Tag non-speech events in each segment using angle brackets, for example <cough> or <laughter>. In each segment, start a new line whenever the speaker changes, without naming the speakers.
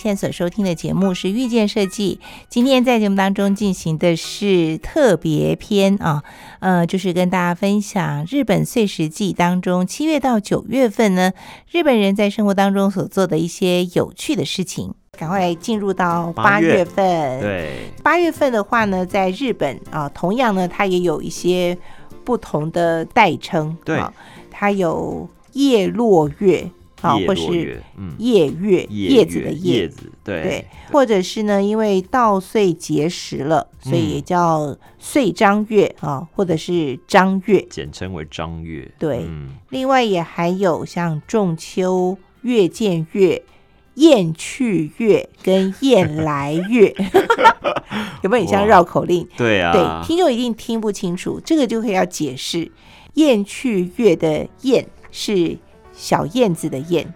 现在所收听的节目是《遇见设计》，今天在节目当中进行的是特别篇啊，呃，就是跟大家分享日本碎石记当中七月到九月份呢，日本人在生活当中所做的一些有趣的事情。赶快进入到八
八月
月份，
对，
八月份的话呢，在日本啊、同样呢，它也有一些不同的代称。
对
啊它有叶落月啊、
叶
或
落
是
月，嗯，
叶月，叶
叶
子的
月
叶，
叶子，对
对，或者是呢，因为稻穗结实了，所以也叫穗张月
嗯
啊、或者是张月。
简称为张月，
对
嗯，
另外也还有像仲秋、月见月、燕去月跟燕来
<laughs>
月，有没有很像
哇
绕口令？
对啊，
对，听众一定听不清楚，这个就可以要解释。燕去月的燕是小燕子的燕，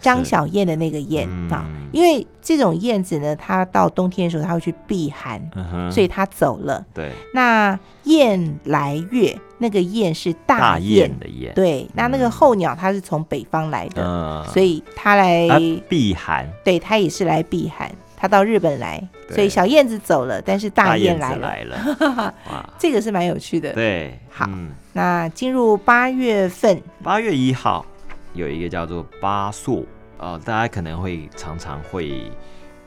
张
是
小燕的那个燕
嗯
啊。因为这种燕子呢，它到冬天的时候，它会去避寒，
嗯哼，
所以它走了。
对
那燕来月，那个燕是大
大
雁，
雁的雁，
对。那那个候鸟它是从北方来的，
嗯，
所以它来，
啊避寒，
对，它也是来避寒。它到日本来，所以
对
小燕子走了，但是大雁
雁
来
子
了，
来了，
<laughs>
哇，
这个是蛮有趣的。
对，
好
嗯
那进入八月份，
八月一号有一个叫做八朔，呃，大家可能会常常会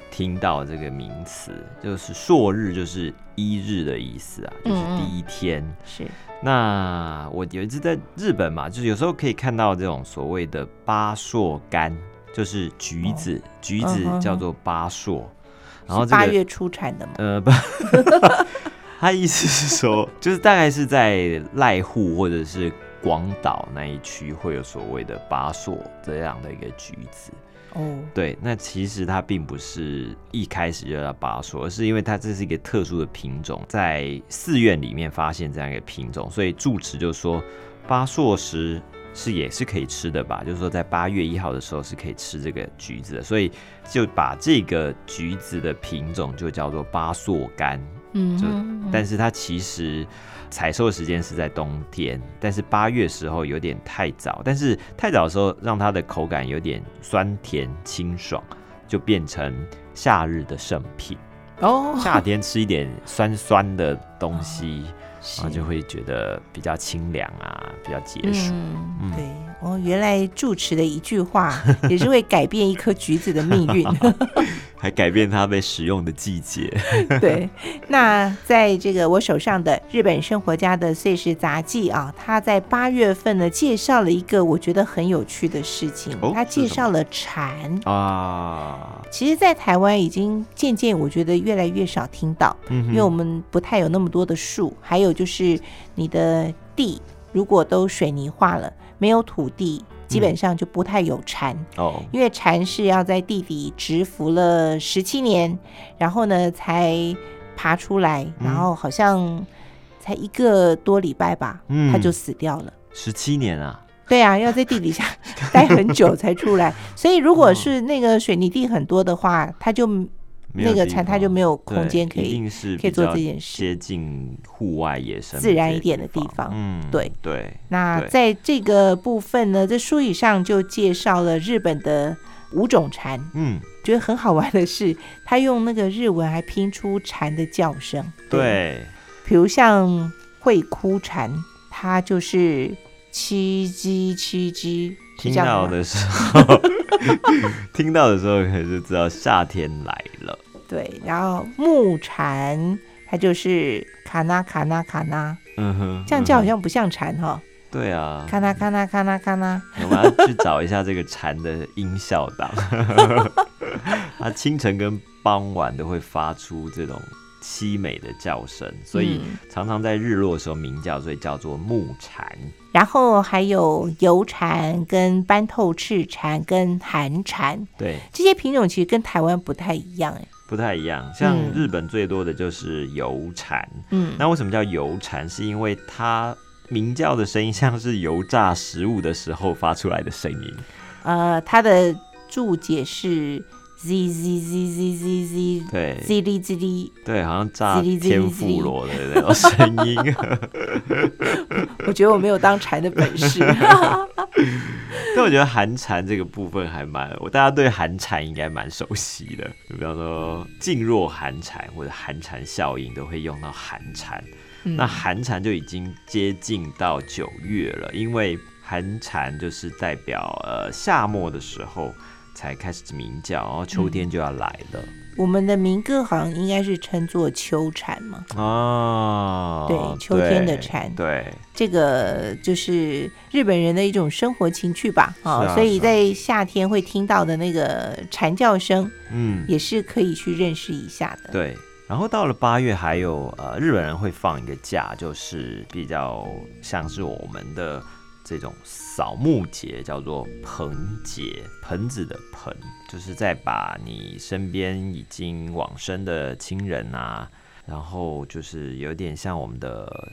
听到这个名词，就是朔日，就是一日的意思啊，就是
嗯嗯
第一天。
是
那我有一次在日本嘛，就是有时候可以看到这种所谓的八朔柑，就是橘子，
嗯
橘
哼
子
哼
叫做八朔，然后
是
这
八
个
月出产的嘛？
呃不。 <laughs> 他意思是说，就是大概是在濑户或者是广岛那一区会有所谓的八朔这样的一个橘子。
哦，
对，那其实它并不是一开始就叫巴索，而是因为它这是一个特殊的品种，在寺院里面发现这样一个品种，所以住持就说巴硕石是也是可以吃的吧，就是说在八月一号的时候是可以吃这个橘子的，所以就把这个橘子的品种就叫做巴硕柑。
嗯
就
哼，
但是它其实采收的时间是在冬天，但是八月时候有点太早，但是太早的时候让它的口感有点酸甜清爽，就变成夏日的圣
<laughs>
品。
哦，
夏天吃一点酸酸的东西，然
是
后就会觉得比较清凉啊，比较解暑。
嗯，
嗯
对，哦，原来住持的一句话
<laughs>
也是会改变一颗橘子的命运。
还改变它被使用的季节。
对，那在这个我手上的日本生活家的碎石杂记啊，他在八月份呢介绍了一个我觉得很有趣的事情
哦，
他
是什
介
么
绍了蝉。
啊，
其实，在台湾已经渐渐，我觉得越来越少听到。
嗯哼
因为我们不太有那么多的树，还有就是你的地如果都水泥化了，没有土地，基
嗯
本上就不太有蝉，
哦，
因为蝉是要在地底蛰伏了十七年，然后呢才爬出来，
嗯
然后好像才一个多礼拜吧，
嗯
它就死掉了。
十七年啊，
对啊，要在地
<laughs>
底下待很久才出来，所以如果是那个水泥地很多的话，它就
哦没有
那个
地
蝉它
方
就没有空
对
间可
一
以
定是
可以
比
做
较
这件事
接近户外野生
自然
这
一
些
点的地方
嗯，
对
对，
那
对
在这个部分呢，这书以上就介绍了日本的五种蝉。
嗯，
觉得很好玩的是，他用那个日文还拼出蝉的叫声。，
对，
比如像会哭蝉，它就是七叽七叽，是
听
这样
到
吗
的时候， <laughs> 听到的时候可就知道夏天来了。
对，然后木蝉它就是卡纳卡纳卡纳，
嗯哼，
这样叫好
嗯
像不像蝉哈、
哼对啊，
卡纳卡纳卡纳卡纳。
我们要去找一下这个蝉的音效档， <laughs> 它清晨跟傍晚都会发出这种凄美的叫声，所以
嗯
常常在日落的时候鸣叫，所以叫做木蝉。
然后还有油蝉、跟斑透翅蝉、跟寒蝉
对，
这些品种，其实跟台湾不太一样哎。
不太一样。像
嗯
日本最多的就是油蝉，
嗯，
那为什么叫油蝉？是因为它鸣叫的声音像是油炸食物的时候发出来的声音。
呃，它的注解是 z z z z z z
对
z z z z，
对，好像炸
滋哩滋哩
天妇罗的那种声音。 <laughs> <laughs>
我觉得我没有当蝉的本事。
但我觉得寒蝉这个部分还蛮，我大家对寒蝉应该蛮熟悉的，就比方说“静若寒蝉”或者“寒蝉效应”都会用到寒蝉。
嗯
那寒蝉就已经接近到九月了，因为寒蝉就是代表呃夏末的时候才开始鸣叫，然后秋
嗯
天就要来了。
我们的民歌好像应该是称作秋蝉嘛，
哦，
对秋天的蝉
对，
这个就是日本人的一种生活情趣吧，哦
是啊
所以
是啊
在夏天会听到的那个蝉叫声，
嗯，
也是可以去认识一下的。
对。然后到了八月，还有呃，日本人会放一个假，就是比较像是我们的这种扫墓节，叫做盆节，盆子的盆，就是在把你身边已经往生的亲人啊，然后就是有点像我们的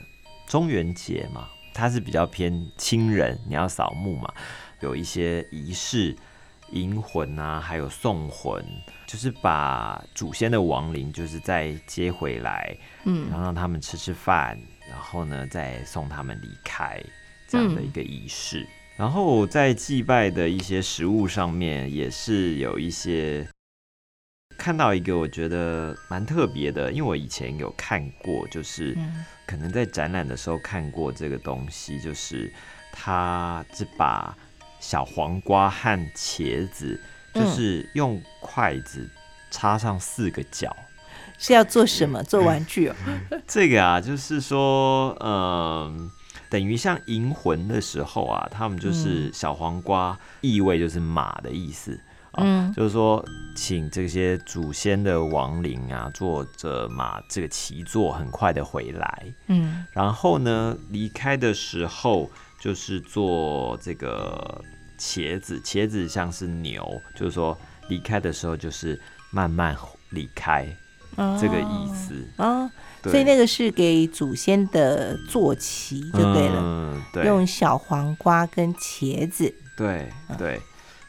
中元节嘛，它是比较偏亲人，你要扫墓嘛，有一些仪式，迎魂啊，还有送魂，就是把祖先的亡灵就是再接回来，
嗯
然后让他们吃吃饭，然后呢再送他们离开这样的一个仪式。然后在祭拜的一些食物上面，也是有一些看到一个我觉得蛮特别的，因为我以前有看过，就是
嗯
可能在展览的时候看过这个东西，就是它是把小黄瓜和茄子，
嗯
就是用筷子插上四个角。
是要做什么？做玩具
<laughs>
哦。
这个啊，就是说，嗯、等于像银魂的时候啊，他们就是小黄瓜，意味就是马的意思。啊
嗯
就是说，请这些祖先的亡灵啊，坐着马这个骑坐，很快的回来。
嗯
然后呢，离开的时候就是做这个茄子，茄子像是牛，就是说离开的时候就是慢慢离开
哦
这个意思。
啊，
对
所以那个是给祖先的坐骑就对了，
嗯，对，
用小黄瓜跟茄子。
对对，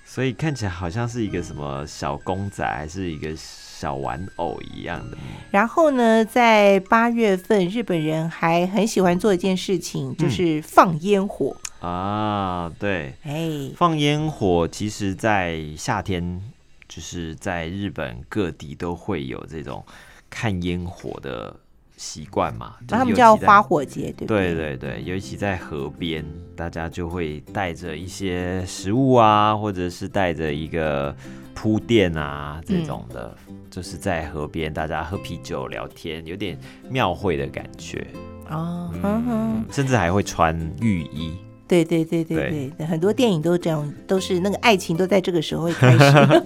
所以看起来好像是一个什么小公仔，还是一个小玩偶一样的。
然后呢，在八月份，日本人还很喜欢做一件事情，
嗯
就是放烟火。
啊，对，
哎，
放烟火，其实在夏天，就是在日本各地都会有这种看烟火的习惯嘛。就是
嗯他们
尤其
叫
在
花。火节，对不
对对对，尤其在河边，大家就会带着一些食物啊，或者是带着一个铺垫啊这种的，
嗯
就是在河边大家喝啤酒聊天，有点庙会的感觉，
哦，哼
嗯
哼，，
甚至还会穿浴
<laughs>
衣。
对对对对对，很多电影都这样，都是那个爱情都在这个时候会开
<laughs>
始。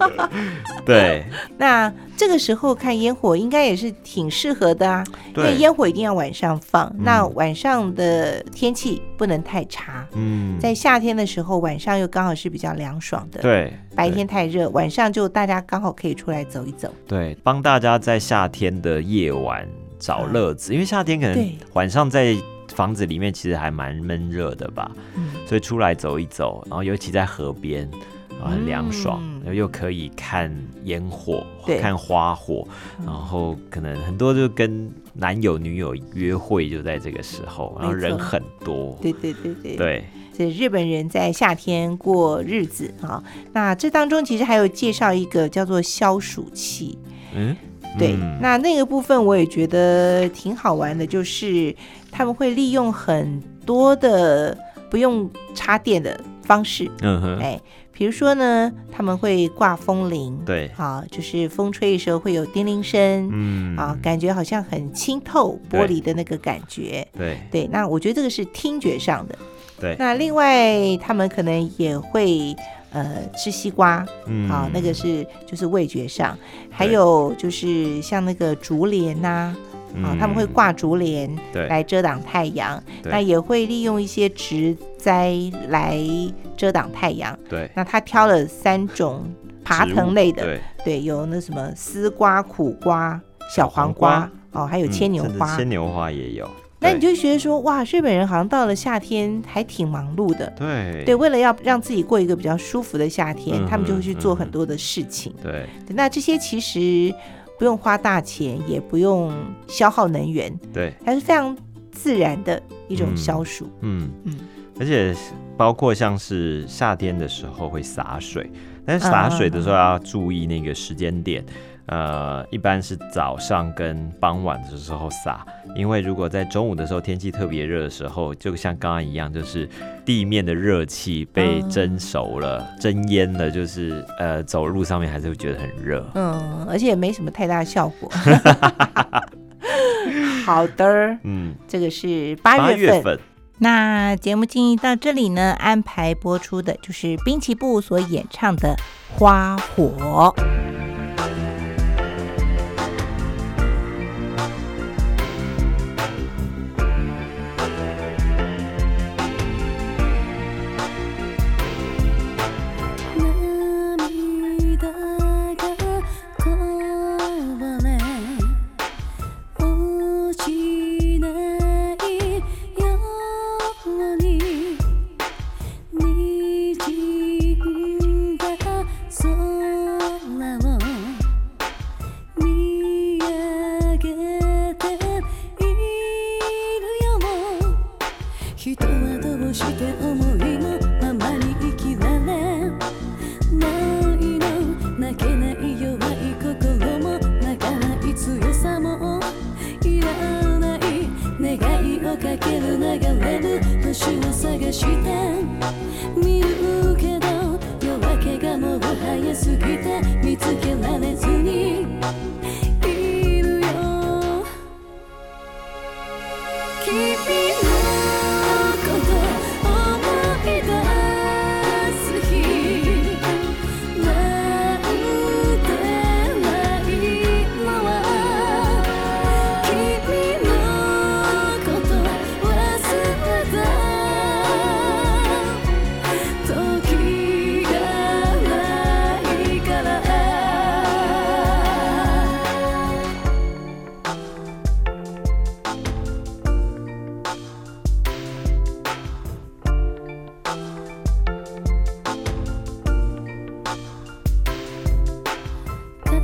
对，
那这个时候看烟火应该也是挺适合的啊，因为
对，嗯
烟火一定要晚上放，那晚上的天气不能太差。
嗯，
在夏天的时候，晚上又刚好是比较凉爽的，
对，
白
对
天太热，晚上就大家刚好可以出来走一走。
对，帮大家在夏天的夜晚找乐子，因为夏天可能
嗯对
晚上在房子里面其实还蛮闷热的吧，
嗯，
所以出来走一走，然后尤其在河边，然后很凉爽，
嗯
然后又可以看烟火
对、嗯
看花火，然后可能很多就跟男友、女友约会就在这个时候，然后
没错
人很多，
对对对对。
对
这日本人在夏天过日子啊。那这当中其实还有介绍一个叫做消暑期，
嗯，
对，
嗯
那那个部分我也觉得挺好玩的，就是他们会利用很多的不用插电的方式，
嗯哼，
哎，比如说呢，他们会挂风铃，
对，
啊，就是风吹的时候会有叮铃声。
嗯，
啊，感觉好像很清透玻璃的那个感觉，
对
对，那我觉得这个是听觉上的。
对，
那另外，他们可能也会呃吃西瓜啊、
嗯
那个是就是味觉上，还有就是像那个竹帘呐、啊，他们会
嗯
挂竹帘
对
来遮挡太阳，
对
那也会利用一些植栽来遮挡太阳。
对
那他挑了三种爬
植物
藤类的，
对
对，有那什么丝瓜、苦瓜、小
小
黄
黄瓜
瓜哦，还有
嗯
牵牛
甚至
花。
牵牛花也有。
那你
对
就觉得说，哇，日本人好像到了夏天还挺忙碌的。
对
对，为了要让自己过一个比较舒服的夏天，
嗯
他们就会去
嗯
做
嗯
很多的事情。
对
对那这些其实不用花大钱，也不用消耗能源，
对，
还是非常自然的一种消暑。
嗯
嗯
嗯，而且包括像是夏天的时候会洒水，但
嗯
是洒水的时候要注意那个时间点。呃，一般是早上跟傍晚的时候撒，因为如果在中午的时候天气特别热的时候，就像刚刚一样，就是地面的热气被
嗯
蒸熟了、蒸腌了，就是呃走路上面还是会觉得很热。
嗯，而且也没什么太大效果。 <laughs> 好的，
嗯，
这个是
八
八月
月
份。
份
那节目进行到这里呢，安排播出的就是滨崎步所演唱的《花火》。
涙がこぼれ落ちないように滲んだ空を見上げているよ人はどうして思いのままに生きられないの泣けない弱い心も泣かない強さもいらない願いをかける流れる星を探して見るけど夜明けがもう早すぎて見つけられずにいるよ「君のこと思い出す日」「なんてないのは」「君のこと忘れた」「時がないから」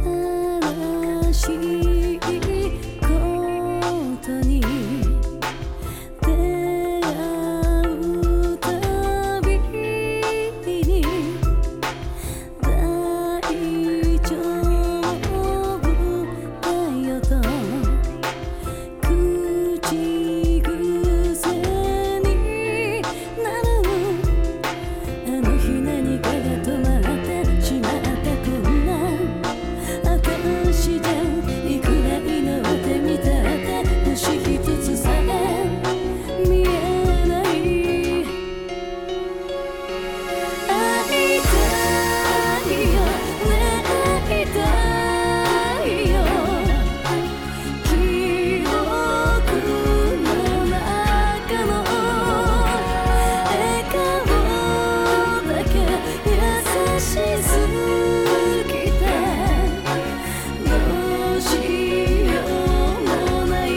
悲しいことに出会うたびに大丈夫だよと口癖になるあの日何かが止まってしまったこんな私じゃいくら祈ってみたって星一つさえ見えない「会いたいよね会いたいよ」「記憶の中の笑顔だけ優しすぎて」「どうしようもない」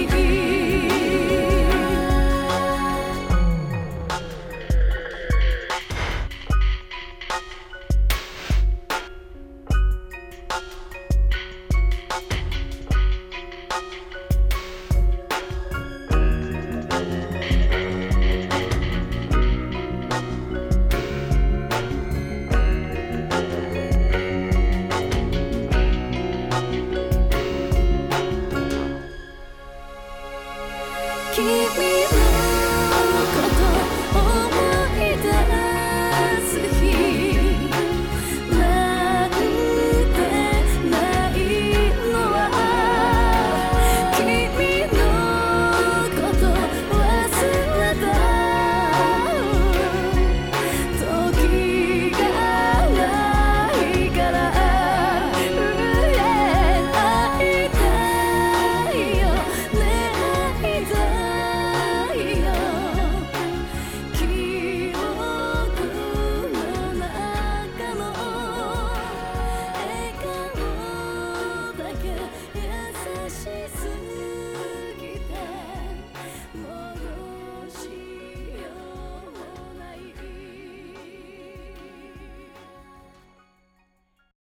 Keep me